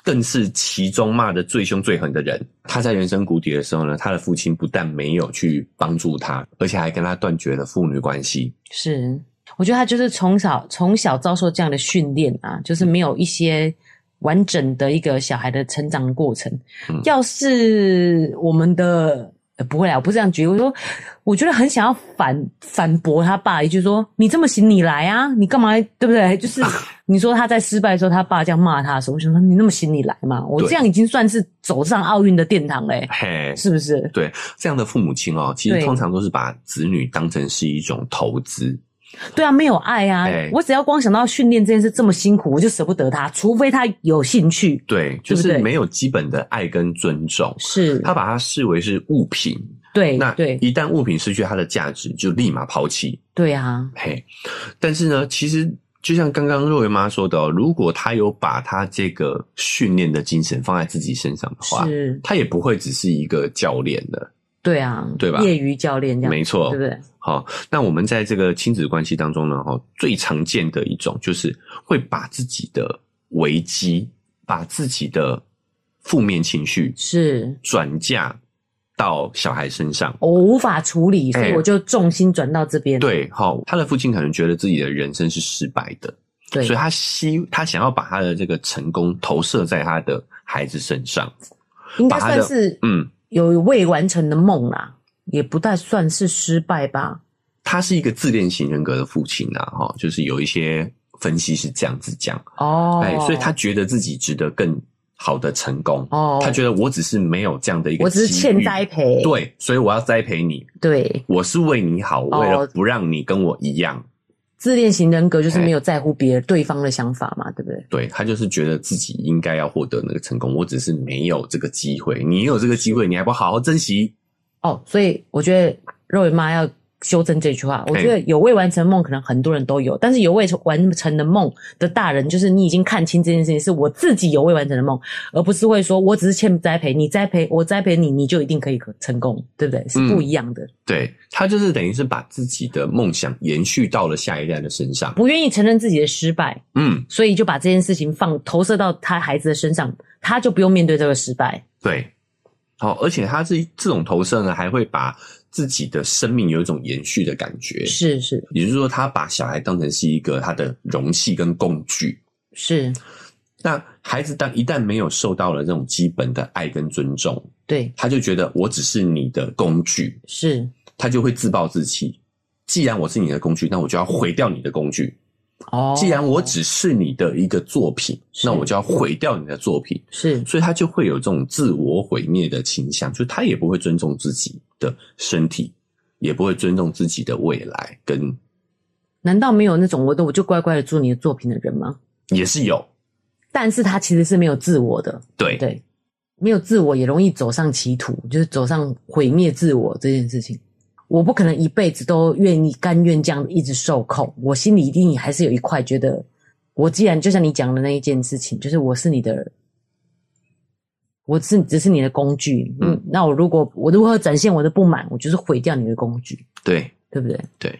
Speaker 2: 更是其中骂的最凶最狠的人。他在人生谷底的时候呢，他的父亲不但没有去帮助他，而且还跟他断绝了父女关系。
Speaker 1: 是，我觉得他就是从小从小遭受这样的训练啊，
Speaker 2: 嗯
Speaker 1: 就是没有一些完整的一个小孩的成长过程。
Speaker 2: 嗯
Speaker 1: 要是我们的、呃不会啦，我不是这样举例，我说我觉得很想要反反驳他爸一句说：“你这么行，你来啊，你干嘛？对不对？”就是 你说他在失败的时候，他爸这样骂他的时候，我想说你那么行，你来嘛，我
Speaker 2: 对哎
Speaker 1: 这样已经算是走上奥运的殿堂嘞、
Speaker 2: 嘿，
Speaker 1: 是不是？
Speaker 2: 对，这样的父母亲哦，其实
Speaker 1: 对
Speaker 2: 通常都是把子女当成是一种投资。
Speaker 1: 对啊，没有爱啊！
Speaker 2: 哎
Speaker 1: 我只要光想到训练这件事这么辛苦，我就舍不得他，除非他有兴趣。
Speaker 2: 对，
Speaker 1: 对
Speaker 2: 就
Speaker 1: 不
Speaker 2: 是
Speaker 1: 对
Speaker 2: 没有基本的爱跟尊重，
Speaker 1: 是，
Speaker 2: 他把它视为是物品。
Speaker 1: 对
Speaker 2: 啊那
Speaker 1: 对
Speaker 2: 一旦物品失去它的价值，就立马抛弃。
Speaker 1: 对啊，
Speaker 2: 嘿，但是呢，其实就像刚刚若维妈说的、哦，如果他有把他这个训练的精神放在自己身上的话，
Speaker 1: 是，
Speaker 2: 他也不会只是一个教练的。
Speaker 1: 对啊，
Speaker 2: 对吧
Speaker 1: 业余教练这样，
Speaker 2: 没错，
Speaker 1: 对不对？
Speaker 2: 好、那我们在这个亲子关系当中呢，哈、最常见的一种就是会把自己的危机、把自己的负面情绪
Speaker 1: 是，
Speaker 2: 转嫁到小孩身上。
Speaker 1: 我无法处理，所以
Speaker 2: 哎
Speaker 1: 我就重心转到这边。
Speaker 2: 对，好、他的父亲可能觉得自己的人生是失败的，
Speaker 1: 对
Speaker 2: 所以他希他想要把他的这个成功投射在他的孩子身上。
Speaker 1: 应该
Speaker 2: 把他的
Speaker 1: 算是
Speaker 2: 嗯，
Speaker 1: 有未完成的梦啦，也不太算是失败吧。
Speaker 2: 他是一个自恋型人格的父亲啊，哈、就是有一些分析是这样子讲，
Speaker 1: 哦，
Speaker 2: 哎，所以他觉得自己值得更好的成功。
Speaker 1: 哦，
Speaker 2: 他觉得我只是没有这样的一个，
Speaker 1: 我只是欠栽。培，
Speaker 2: 对，所以我要栽培你，
Speaker 1: 对，
Speaker 2: 我是为你好，
Speaker 1: 哦
Speaker 2: 为了不让你跟我一样。
Speaker 1: 自恋型人格就是
Speaker 2: 哎
Speaker 1: 没有在乎别人对方的想法嘛，对不对？
Speaker 2: 对他就是觉得自己应该要获得那个成功，我只是没有这个机会。你有这个机会，你还不好好珍惜？
Speaker 1: 哦，所以我觉得肉圆妈要修正这句话。我
Speaker 2: 嘿
Speaker 1: 觉得有未完成梦，可能很多人都有，但是有未完成的梦的大人，就是你已经看清这件事情，是我自己有未完成的梦，而不是会说我只是欠栽培，你栽培我栽培你，你就一定可以成功，对不对？是
Speaker 2: 嗯
Speaker 1: 不一样的。
Speaker 2: 对他就是等于是把自己的梦想延续到了下一代的身上。
Speaker 1: 不愿意承认自己的失败，
Speaker 2: 嗯，
Speaker 1: 所以就把这件事情放投射到他孩子的身上，他就不用面对这个失败。
Speaker 2: 对。好、而且他这这种投射呢，还会把自己的生命有一种延续的感觉。
Speaker 1: 是是
Speaker 2: 也就是说，他把小孩当成是一个他的容器跟工具。
Speaker 1: 是，
Speaker 2: 那孩子当一旦没有受到了这种基本的爱跟尊重，
Speaker 1: 对，
Speaker 2: 他就觉得我只是你的工具，
Speaker 1: 是
Speaker 2: 他就会自暴自弃。既然我是你的工具，那我就要毁掉你的工具；
Speaker 1: 哦。
Speaker 2: 既然我只是你的一个作品，
Speaker 1: 是
Speaker 2: 那我就要毁掉你的作品。
Speaker 1: 是
Speaker 2: 所以他就会有这种自我毁灭的倾向，就他也不会尊重自己的身体，也不会尊重自己的未来，跟
Speaker 1: 难道没有那种我都我就乖乖的做你的作品的人吗？
Speaker 2: 也是有
Speaker 1: 但是他其实是没有自我的，
Speaker 2: 对
Speaker 1: 对，没有自我也容易走上歧途，就是走上毁灭自我这件事情。我不可能一辈子都愿意甘愿这样一直受控，我心里一定还是有一块觉得，我既然就像你讲的那一件事情，就是我是你的，我是只是你的工具，
Speaker 2: 嗯
Speaker 1: 嗯，那我如果我如何展现我的不满，我就是毁掉你的工具，
Speaker 2: 对。
Speaker 1: 对不对？
Speaker 2: 对。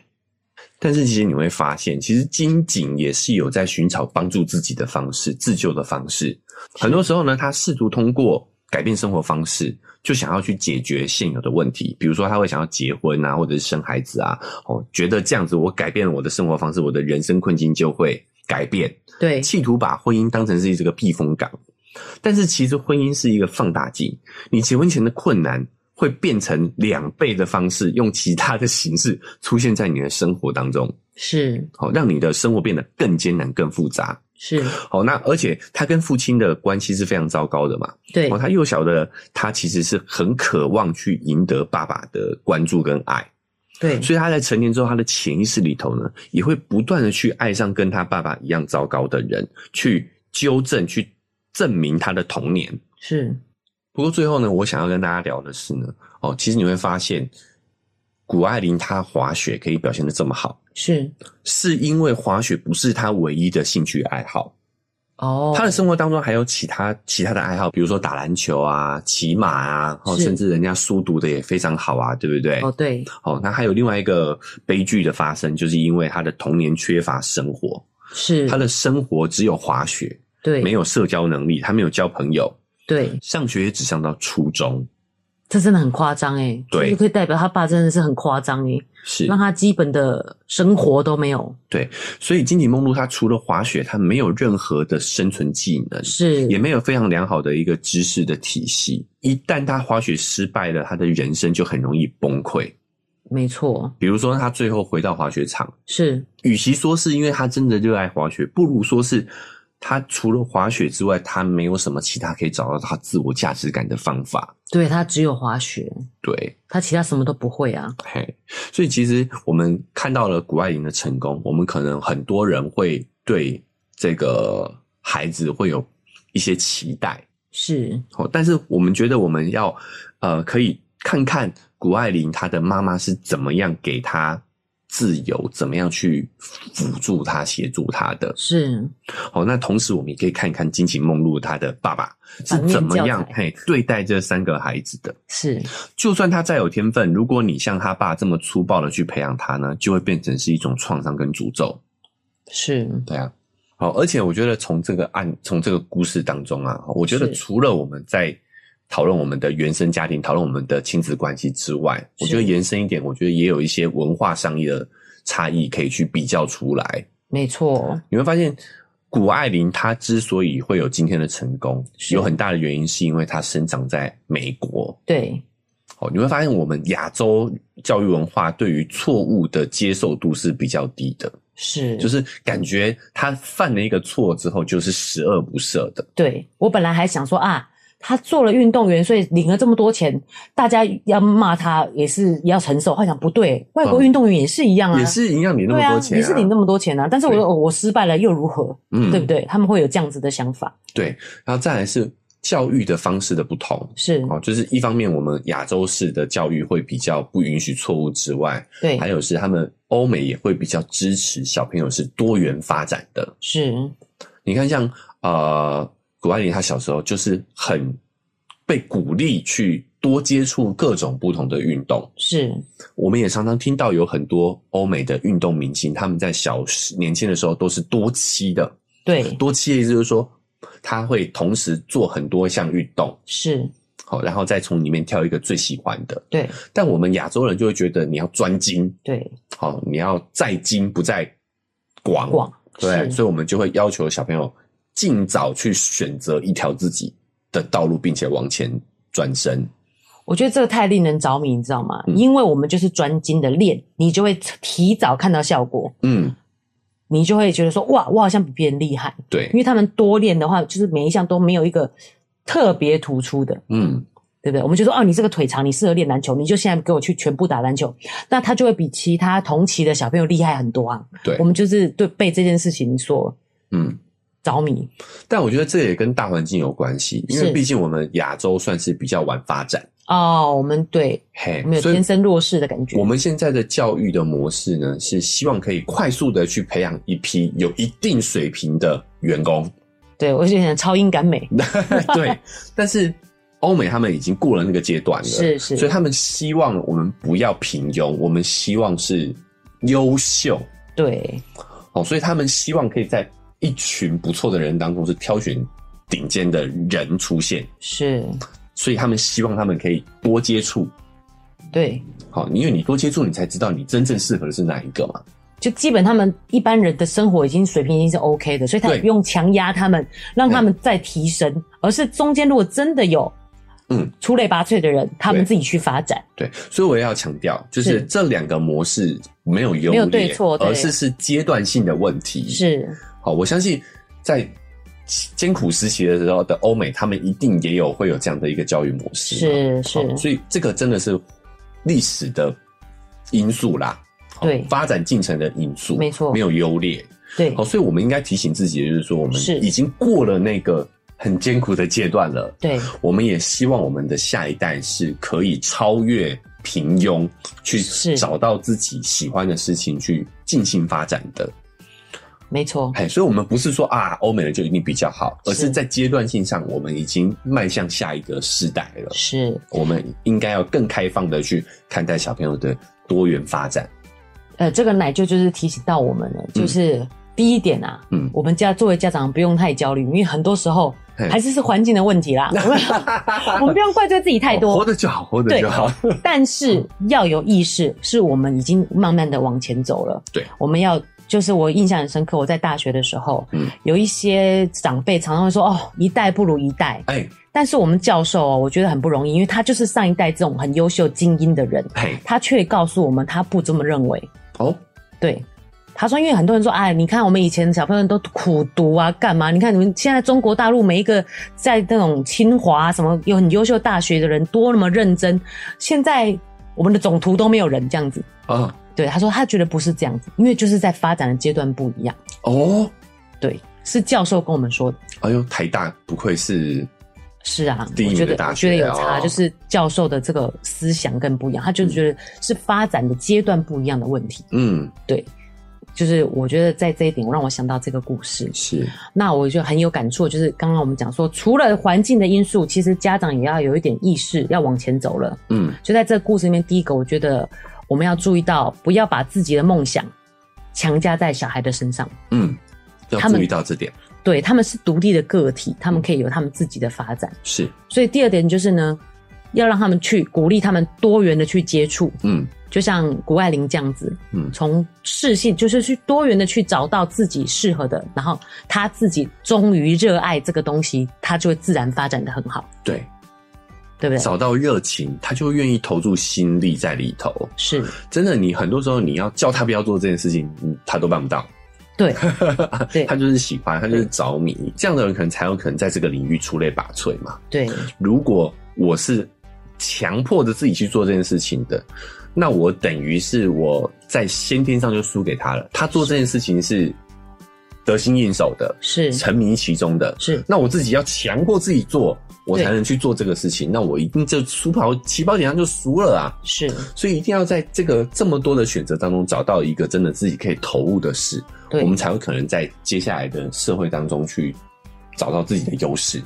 Speaker 2: 但是其实你会发现，其实金井也是有在寻找帮助自己的方式、自救的方式。很多时候呢，他试图通过改变生活方式，就想要去解决现有的问题。比如说，他会想要结婚啊，或者是生孩子啊。哦，觉得这样子，我改变了我的生活方式，我的人生困境就会改变。
Speaker 1: 对，
Speaker 2: 企图把婚姻当成是这个避风港，但是其实婚姻是一个放大镜，你结婚前的困难会变成两倍的方式，用其他的形式出现在你的生活当中，
Speaker 1: 是
Speaker 2: 好、让你的生活变得更艰难、更复杂。
Speaker 1: 是，
Speaker 2: 好、那而且他跟父亲的关系是非常糟糕的嘛，
Speaker 1: 对
Speaker 2: 哦，他幼小的他其实是很渴望去赢得爸爸的关注跟爱，
Speaker 1: 对，
Speaker 2: 所以他在成年之后，他的潜意识里头呢，也会不断的去爱上跟他爸爸一样糟糕的人，去纠正、去证明他的童年。
Speaker 1: 是
Speaker 2: 不过最后呢，我想要跟大家聊的是呢，哦，其实你会发现，谷爱凌她滑雪可以表现的这么好，
Speaker 1: 是
Speaker 2: 是因为滑雪不是她唯一的兴趣爱好，
Speaker 1: 哦，
Speaker 2: 他的生活当中还有其他其他的爱好，比如说打篮球啊、骑马啊，哦，
Speaker 1: 是
Speaker 2: 甚至人家书读的也非常好啊，对不对？
Speaker 1: 哦对，
Speaker 2: 哦，那还有另外一个悲剧的发生，就是因为他的童年缺乏生活，
Speaker 1: 是
Speaker 2: 他的生活只有滑雪，
Speaker 1: 嗯对，
Speaker 2: 没有社交能力，他没有交朋友，
Speaker 1: 对，
Speaker 2: 上学也只上到初中，
Speaker 1: 这真的很夸张哎，
Speaker 2: 对
Speaker 1: 就是可以代表他爸真的是很夸张哎，
Speaker 2: 是
Speaker 1: 让他基本的生活都没有，
Speaker 2: 所以金井梦露他除了滑雪，他没有任何的生存技能，
Speaker 1: 是
Speaker 2: 也没有非常良好的一个知识的体系。一旦他滑雪失败了，他的人生就很容易崩溃。
Speaker 1: 没错，
Speaker 2: 比如说，他最后回到滑雪场，
Speaker 1: 是
Speaker 2: 与其说是因为他真的热爱滑雪，不如说是他除了滑雪之外，他没有什么其他可以找到他自我价值感的方法。
Speaker 1: 对他只有滑雪，
Speaker 2: 对，
Speaker 1: 他其他什么都不会啊，
Speaker 2: 嘿，所以其实我们看到了谷爱凌的成功，我们可能很多人会对这个孩子会有一些期待，
Speaker 1: 是
Speaker 2: 哦，但是我们觉得我们要呃，可以看看谷爱凌她的妈妈是怎么样给她自由，怎么样去辅助她、协助她的。
Speaker 1: 是
Speaker 2: 好，那同时我们也可以看看金井梦露她的爸爸是
Speaker 1: 反面
Speaker 2: 怎么
Speaker 1: 教
Speaker 2: 样
Speaker 1: 材
Speaker 2: 嘿对待这三个孩子的。
Speaker 1: 是，
Speaker 2: 就算他再有天分，如果你像他爸这么粗暴的去培养他呢，就会变成是一种创伤跟诅咒。
Speaker 1: 是
Speaker 2: 对啊，好，而且我觉得从这个案，从这个故事当中啊，我觉得
Speaker 1: 是
Speaker 2: 除了我们在讨论我们的原生家庭、讨论我们的亲子关系之外，我觉得延伸一点，我觉得也有一些文化上的差异可以去比较出来。
Speaker 1: 没错，
Speaker 2: 你会发现，谷爱凌她之所以会有今天的成功，
Speaker 1: 是
Speaker 2: 有很大的原因是因为她生长在美国。
Speaker 1: 对，
Speaker 2: 哦，你会发现我们亚洲教育文化对于错误的接受度是比较低的。
Speaker 1: 是
Speaker 2: 就是感觉他犯了一个错之后，就是十恶不赦的。
Speaker 1: 对我本来还想说啊，他做了运动员，所以领了这么多钱，大家要骂他也是也要承受。他想不对，外国
Speaker 2: 嗯
Speaker 1: 运动员也是一样啊，
Speaker 2: 也是一样领那
Speaker 1: 对
Speaker 2: 么
Speaker 1: 啊
Speaker 2: 多，钱、
Speaker 1: 也是领那么多钱啊。但是我
Speaker 2: 对
Speaker 1: 我我失败了又如何？
Speaker 2: 嗯，
Speaker 1: 对不对？他们会有这样子的想法，
Speaker 2: 对。然后再来是教育的方式的不同，
Speaker 1: 是
Speaker 2: 哦，就是一方面我们亚洲式的教育会比较不允许错误之外，
Speaker 1: 对
Speaker 2: 还，有是他们欧美也会比较支持小朋友是多元发展的。
Speaker 1: 是
Speaker 2: 你看像，呃谷爱凌，她小时候就是很被鼓励去多接触各种不同的运动。
Speaker 1: 是
Speaker 2: 我们也常常听到有很多欧美的运动明星，他们在小时年轻的时候都是多妻的。
Speaker 1: 对，
Speaker 2: 多妻的意思就是说，他会同时做很多项运动，
Speaker 1: 是
Speaker 2: 好，然后再从里面挑一个最喜欢的。
Speaker 1: 对
Speaker 2: 但我们亚洲人就会觉得你要专精，
Speaker 1: 对
Speaker 2: 好，你要在精不在广，
Speaker 1: 广
Speaker 2: 对，
Speaker 1: 是
Speaker 2: 所以我们就会要求小朋友尽早去选择一条自己的道路，并且往前转身。
Speaker 1: 我觉得这个太令人着迷，你知道吗？
Speaker 2: 嗯
Speaker 1: 因为我们就是专精的练，你就会提早看到效果，
Speaker 2: 嗯，
Speaker 1: 你就会觉得说哇，我好像比别人厉害。
Speaker 2: 对
Speaker 1: 因，为他们多练的话，就是每一项都没有一个特别突出的，
Speaker 2: 嗯，
Speaker 1: 对不对？我们就说，哦，你这个腿长，你适合练篮球，你就现在给我去全部打篮球，那他就会比其他同期的小朋友厉害很多啊。
Speaker 2: 对
Speaker 1: 我，们就是对被这件事情所
Speaker 2: 嗯。
Speaker 1: 着迷，
Speaker 2: 但我觉得这也跟大环境有关系，因
Speaker 1: 是
Speaker 2: 为毕竟我们亚洲算是比较晚发展，
Speaker 1: 哦，我们对
Speaker 2: 嘿
Speaker 1: 我们，有
Speaker 2: 所以
Speaker 1: 天生弱势的感觉
Speaker 2: 我，们现在的教育的模式呢，是希望可以快速的去培养一批有一定水平的员工，
Speaker 1: 对我就想超音感美，
Speaker 2: 对。但是欧美他们已经过了那个阶段了，
Speaker 1: 是是
Speaker 2: 所以他们希望我们不要平庸，我们希望是优秀
Speaker 1: 对
Speaker 2: 哦，所以他们希望可以在一群不错的人当中是挑选顶尖的人出现。
Speaker 1: 是，
Speaker 2: 所以他们希望他们可以多接触，
Speaker 1: 对，
Speaker 2: 好，因为你多接触，你才知道你真正适合的是哪一个嘛。
Speaker 1: 就基本他们一般人的生活已经水平已经是 OK 的，所以他也
Speaker 2: 对
Speaker 1: 不用强压他们，让他们再提升，而是中间如果真的有
Speaker 2: 嗯
Speaker 1: 出类拔萃的人，他们
Speaker 2: 对
Speaker 1: 自己去发展，
Speaker 2: 对，所以我也要强调，就是
Speaker 1: 是
Speaker 2: 这两个模式没有优劣，
Speaker 1: 没有对错对
Speaker 2: 而是是阶段性的问题。，
Speaker 1: 是
Speaker 2: 好，我相信在艰苦实习的时候的欧美，他们一定也有会有这样的一个教育模式嘛。
Speaker 1: 是
Speaker 2: 好
Speaker 1: 是，
Speaker 2: 所以这个真的是历史的因素啦，好
Speaker 1: 对
Speaker 2: 发展进程的因素，
Speaker 1: 没错
Speaker 2: 没有优劣。
Speaker 1: 对
Speaker 2: 好，所以我们应该提醒自己，就是说我们
Speaker 1: 是
Speaker 2: 已经过了那个很艰苦的阶段了。
Speaker 1: 对
Speaker 2: 我们也希望我们的下一代是可以超越平庸，去
Speaker 1: 是
Speaker 2: 找到自己喜欢的事情去尽情发展的。
Speaker 1: 没错，
Speaker 2: 哎，所以我们不是说啊，欧美人就一定比较好，而
Speaker 1: 是
Speaker 2: 是在阶段性上，我们已经迈向下一个世代了。
Speaker 1: 是
Speaker 2: 我们应该要更开放的去看待小朋友的多元发展。
Speaker 1: 呃，这个奶舅就是提醒到我们了，就是第一点啊，
Speaker 2: 嗯
Speaker 1: 我们家作为家长不用太焦虑，因为很多时候
Speaker 2: 嘿
Speaker 1: 还是是环境的问 题啦，我们我们不用怪罪自己太
Speaker 2: 哦
Speaker 1: 多，
Speaker 2: 活得就嗯好，活得
Speaker 1: 对
Speaker 2: 就好。
Speaker 1: 但是要有意识，是我们已经慢慢的往前走了，
Speaker 2: 对，
Speaker 1: 我们要。就是我印象很深刻，我在大学的时候，
Speaker 2: 嗯
Speaker 1: 有一些长辈常常会说：“哦，一代不如一代。
Speaker 2: 哎”
Speaker 1: 但是我们教授哦，我觉得很不容易，因为他就是上一代这种很优秀精英的人，
Speaker 2: 嘿，
Speaker 1: 他却告诉我们他不这么认为。
Speaker 2: 哎哦，
Speaker 1: 对，他说，因为很多人说，哎，你看我们以前小朋友都苦读啊，干嘛？你看你们现在中国大陆每一个在那种清华啊什么有很优秀大学的人多那么认真，现在我们的总图都没有人这样子。
Speaker 2: 啊，
Speaker 1: 对，他说他觉得不是这样子，因为就是在发展的阶段不一样。
Speaker 2: 哦，
Speaker 1: 对，是教授跟我们说的。
Speaker 2: 哎呦，台大不愧是
Speaker 1: 是啊，
Speaker 2: 第一
Speaker 1: 我
Speaker 2: 名
Speaker 1: 觉
Speaker 2: 的
Speaker 1: 得
Speaker 2: 大
Speaker 1: 我觉得
Speaker 2: 学
Speaker 1: 有
Speaker 2: 哦
Speaker 1: 差，就是教授的这个思想更不一样，他就觉得是发展的阶段不一样的问题。
Speaker 2: 嗯
Speaker 1: 对，就是我觉得在这一点，让我想到这个故事。
Speaker 2: 是
Speaker 1: 那我就很有感触，就是刚刚我们讲说，除了环境的因素，其实家长也要有一点意识，要往前走了。
Speaker 2: 嗯
Speaker 1: 就在这个故事里面，第一个，我觉得我们要注意到，不要把自己的梦想强加在小孩的身上。
Speaker 2: 嗯，要
Speaker 1: 他们
Speaker 2: 注意到这点
Speaker 1: 对他们是独立的个体，他们可以有他们自己的发展。
Speaker 2: 是
Speaker 1: 所以第二点就是呢，要让他们去鼓励他们多元的去接触，
Speaker 2: 嗯
Speaker 1: 就像谷爱凌这样子，
Speaker 2: 嗯
Speaker 1: 从适性就是去多元的去找到自己适合的，然后他自己终于热爱这个东西，他就会自然发展的很好，
Speaker 2: 对，
Speaker 1: 对不对？
Speaker 2: 找到热情，他就愿意投入心力在里头。
Speaker 1: 是，
Speaker 2: 真的，你很多时候你要叫他不要做这件事情，嗯他都办不到。
Speaker 1: 对，对
Speaker 2: 他就是喜欢，他就是着迷，这样的人可能才有可能在这个领域出类拔萃嘛。
Speaker 1: 对，
Speaker 2: 如果我是强迫着自己去做这件事情的，那我等于是我在先天上就输给他了。他做这件事情是得心应手的，
Speaker 1: 是，
Speaker 2: 沉迷其中的。
Speaker 1: 是，
Speaker 2: 那我自己要强迫自己做，我
Speaker 1: 对
Speaker 2: 才能去做这个事情。那我一定就输跑起跑点上就输了啊！
Speaker 1: 是，
Speaker 2: 所以一定要在这个这么多的选择当中，找到一个真的自己可以投入的事，
Speaker 1: 对
Speaker 2: 我，们才有可能在接下来的社会当中去找到自己的优势。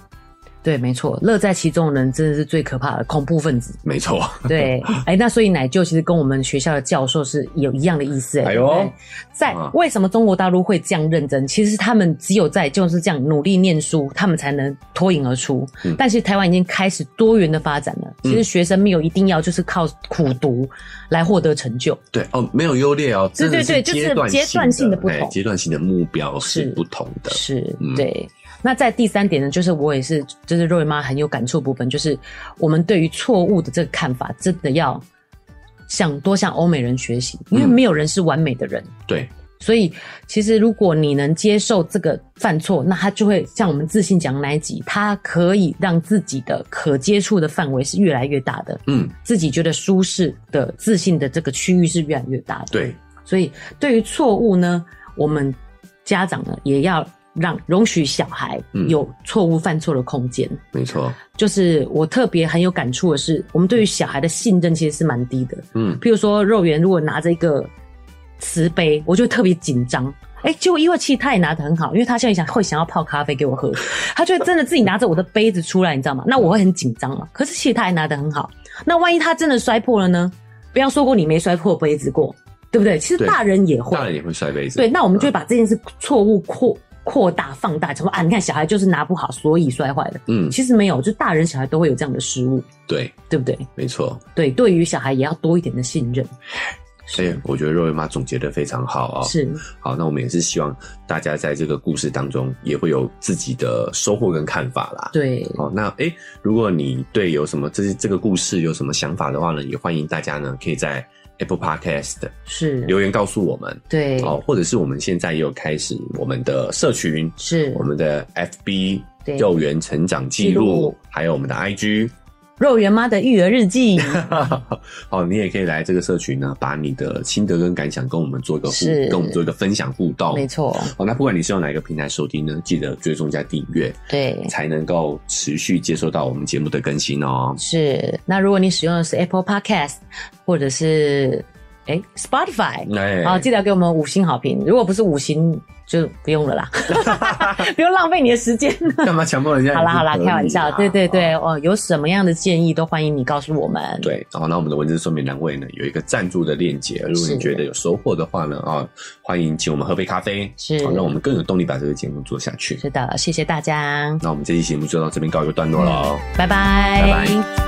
Speaker 1: 对，没错，乐在其中的人真的是最可怕的恐怖分子。
Speaker 2: 没错，
Speaker 1: 对，哎，那所以奶舅其实跟我们学校的教授是有一样的意思。
Speaker 2: 哎
Speaker 1: 对不对
Speaker 2: 呦
Speaker 1: 在
Speaker 2: 啊
Speaker 1: 为什么中国大陆会这样认真？其实是他们只有在就是这样努力念书，他们才能脱颖而出。
Speaker 2: 嗯
Speaker 1: 但是台湾已经开始多元的发展了，其实
Speaker 2: 嗯
Speaker 1: 学生没有一定要就是靠苦读来获得成就。
Speaker 2: 对哦，没有优劣哦，
Speaker 1: 对
Speaker 2: 真的
Speaker 1: 对对就是
Speaker 2: 阶段
Speaker 1: 阶段性的
Speaker 2: 的
Speaker 1: 不同
Speaker 2: 哎阶段性的目标是
Speaker 1: 是
Speaker 2: 不同的。
Speaker 1: 是
Speaker 2: 嗯，
Speaker 1: 对。那在第三点呢，就是我也是，就是若瑞妈很有感触部分，就是我们对于错误的这个看法，真的要向多向欧美人学习，因为
Speaker 2: 嗯
Speaker 1: 没有人是完美的人。
Speaker 2: 对，
Speaker 1: 所以，其实如果你能接受这个犯错，那他就会像我们自信讲那一集，他可以让自己的可接触的范围是越来越大的，
Speaker 2: 嗯，
Speaker 1: 自己觉得舒适的、自信的这个区域是越来越大的。，
Speaker 2: 对，
Speaker 1: 所以对于错误呢，我们家长呢也要让容许小孩
Speaker 2: 嗯
Speaker 1: 有错误犯错的空间。
Speaker 2: 没错，
Speaker 1: 就是我特别很有感触的是，我们对于小孩的信任其实是蛮低的。
Speaker 2: 嗯，
Speaker 1: 譬如说肉圆如果拿着一个瓷杯，我就特别紧张。哎、结果因为其实他也拿得很好，因为他现在想会想要泡咖啡给我喝，他就会真的自己拿着我的杯子出来，你知道吗？那我会很紧张嘛。可是其实他也拿得很好，那万一他真的摔破了呢？不要说过你没摔破杯子过，对不对？其实
Speaker 2: 对
Speaker 1: 大人也会
Speaker 2: 大，人也会嗯摔杯子。
Speaker 1: 对，那我们就会把这件事错误扩扩大放大，成说啊，你看小孩就是拿不好，所以摔坏了。
Speaker 2: 嗯，
Speaker 1: 其实没有，就大人小孩都会有这样的失误，
Speaker 2: 对，
Speaker 1: 对不对？
Speaker 2: 没错。
Speaker 1: 对，对于小孩也要多一点的信任。
Speaker 2: 所以我觉得肉圆妈总结的非常好啊、
Speaker 1: 是，
Speaker 2: 好，那我们也是希望大家在这个故事当中也会有自己的收获跟看法啦。
Speaker 1: 对，
Speaker 2: 好，哦那诶，如果你对有什么这这个故事有什么想法的话呢，也欢迎大家呢可以在 Apple Podcast
Speaker 1: 是，
Speaker 2: 留言告诉我们。
Speaker 1: 对，
Speaker 2: 哦，或者是我们现在也有开始我们的社群，
Speaker 1: 是
Speaker 2: 我们的 FB
Speaker 1: 对
Speaker 2: 幼园成长记
Speaker 1: 记
Speaker 2: 录
Speaker 1: 录，
Speaker 2: 还有我们的 IG。
Speaker 1: 肉圆妈的育儿日记
Speaker 2: 哦，你也可以来这个社群呢，把你的心得跟感想跟我们做一个互，
Speaker 1: 是
Speaker 2: 跟我们做一个分享互动。
Speaker 1: 没。错，
Speaker 2: 哦，那不管你是用哪一个平台收听呢，记得追踪加订阅，
Speaker 1: 对。
Speaker 2: 才能够持续接收到我们节目的更新哦。
Speaker 1: 是，那如果你使用的是 Apple Podcast 或者是哎 Spotify，
Speaker 2: 哎
Speaker 1: 好，记得给我们五星好评。如果不是五星，就不用了 啦，不用浪费你的时间。
Speaker 2: 干嘛强迫人家？
Speaker 1: 好啦好啦，开玩笑，对对
Speaker 2: 哦
Speaker 1: 对，哦，有什么样的建议都欢迎你告诉我们。
Speaker 2: 对，然后那我们的文字说明栏位呢有一个赞助的链接，如果
Speaker 1: 是
Speaker 2: 你觉得有收获的话呢，啊、欢迎请我们喝杯咖啡，
Speaker 1: 是
Speaker 2: 好让我们更有动力把这个节目做下去。
Speaker 1: 是的，谢谢大家，
Speaker 2: 那我们这期节目就到这边告一个段落了哦。
Speaker 1: 拜
Speaker 2: 拜拜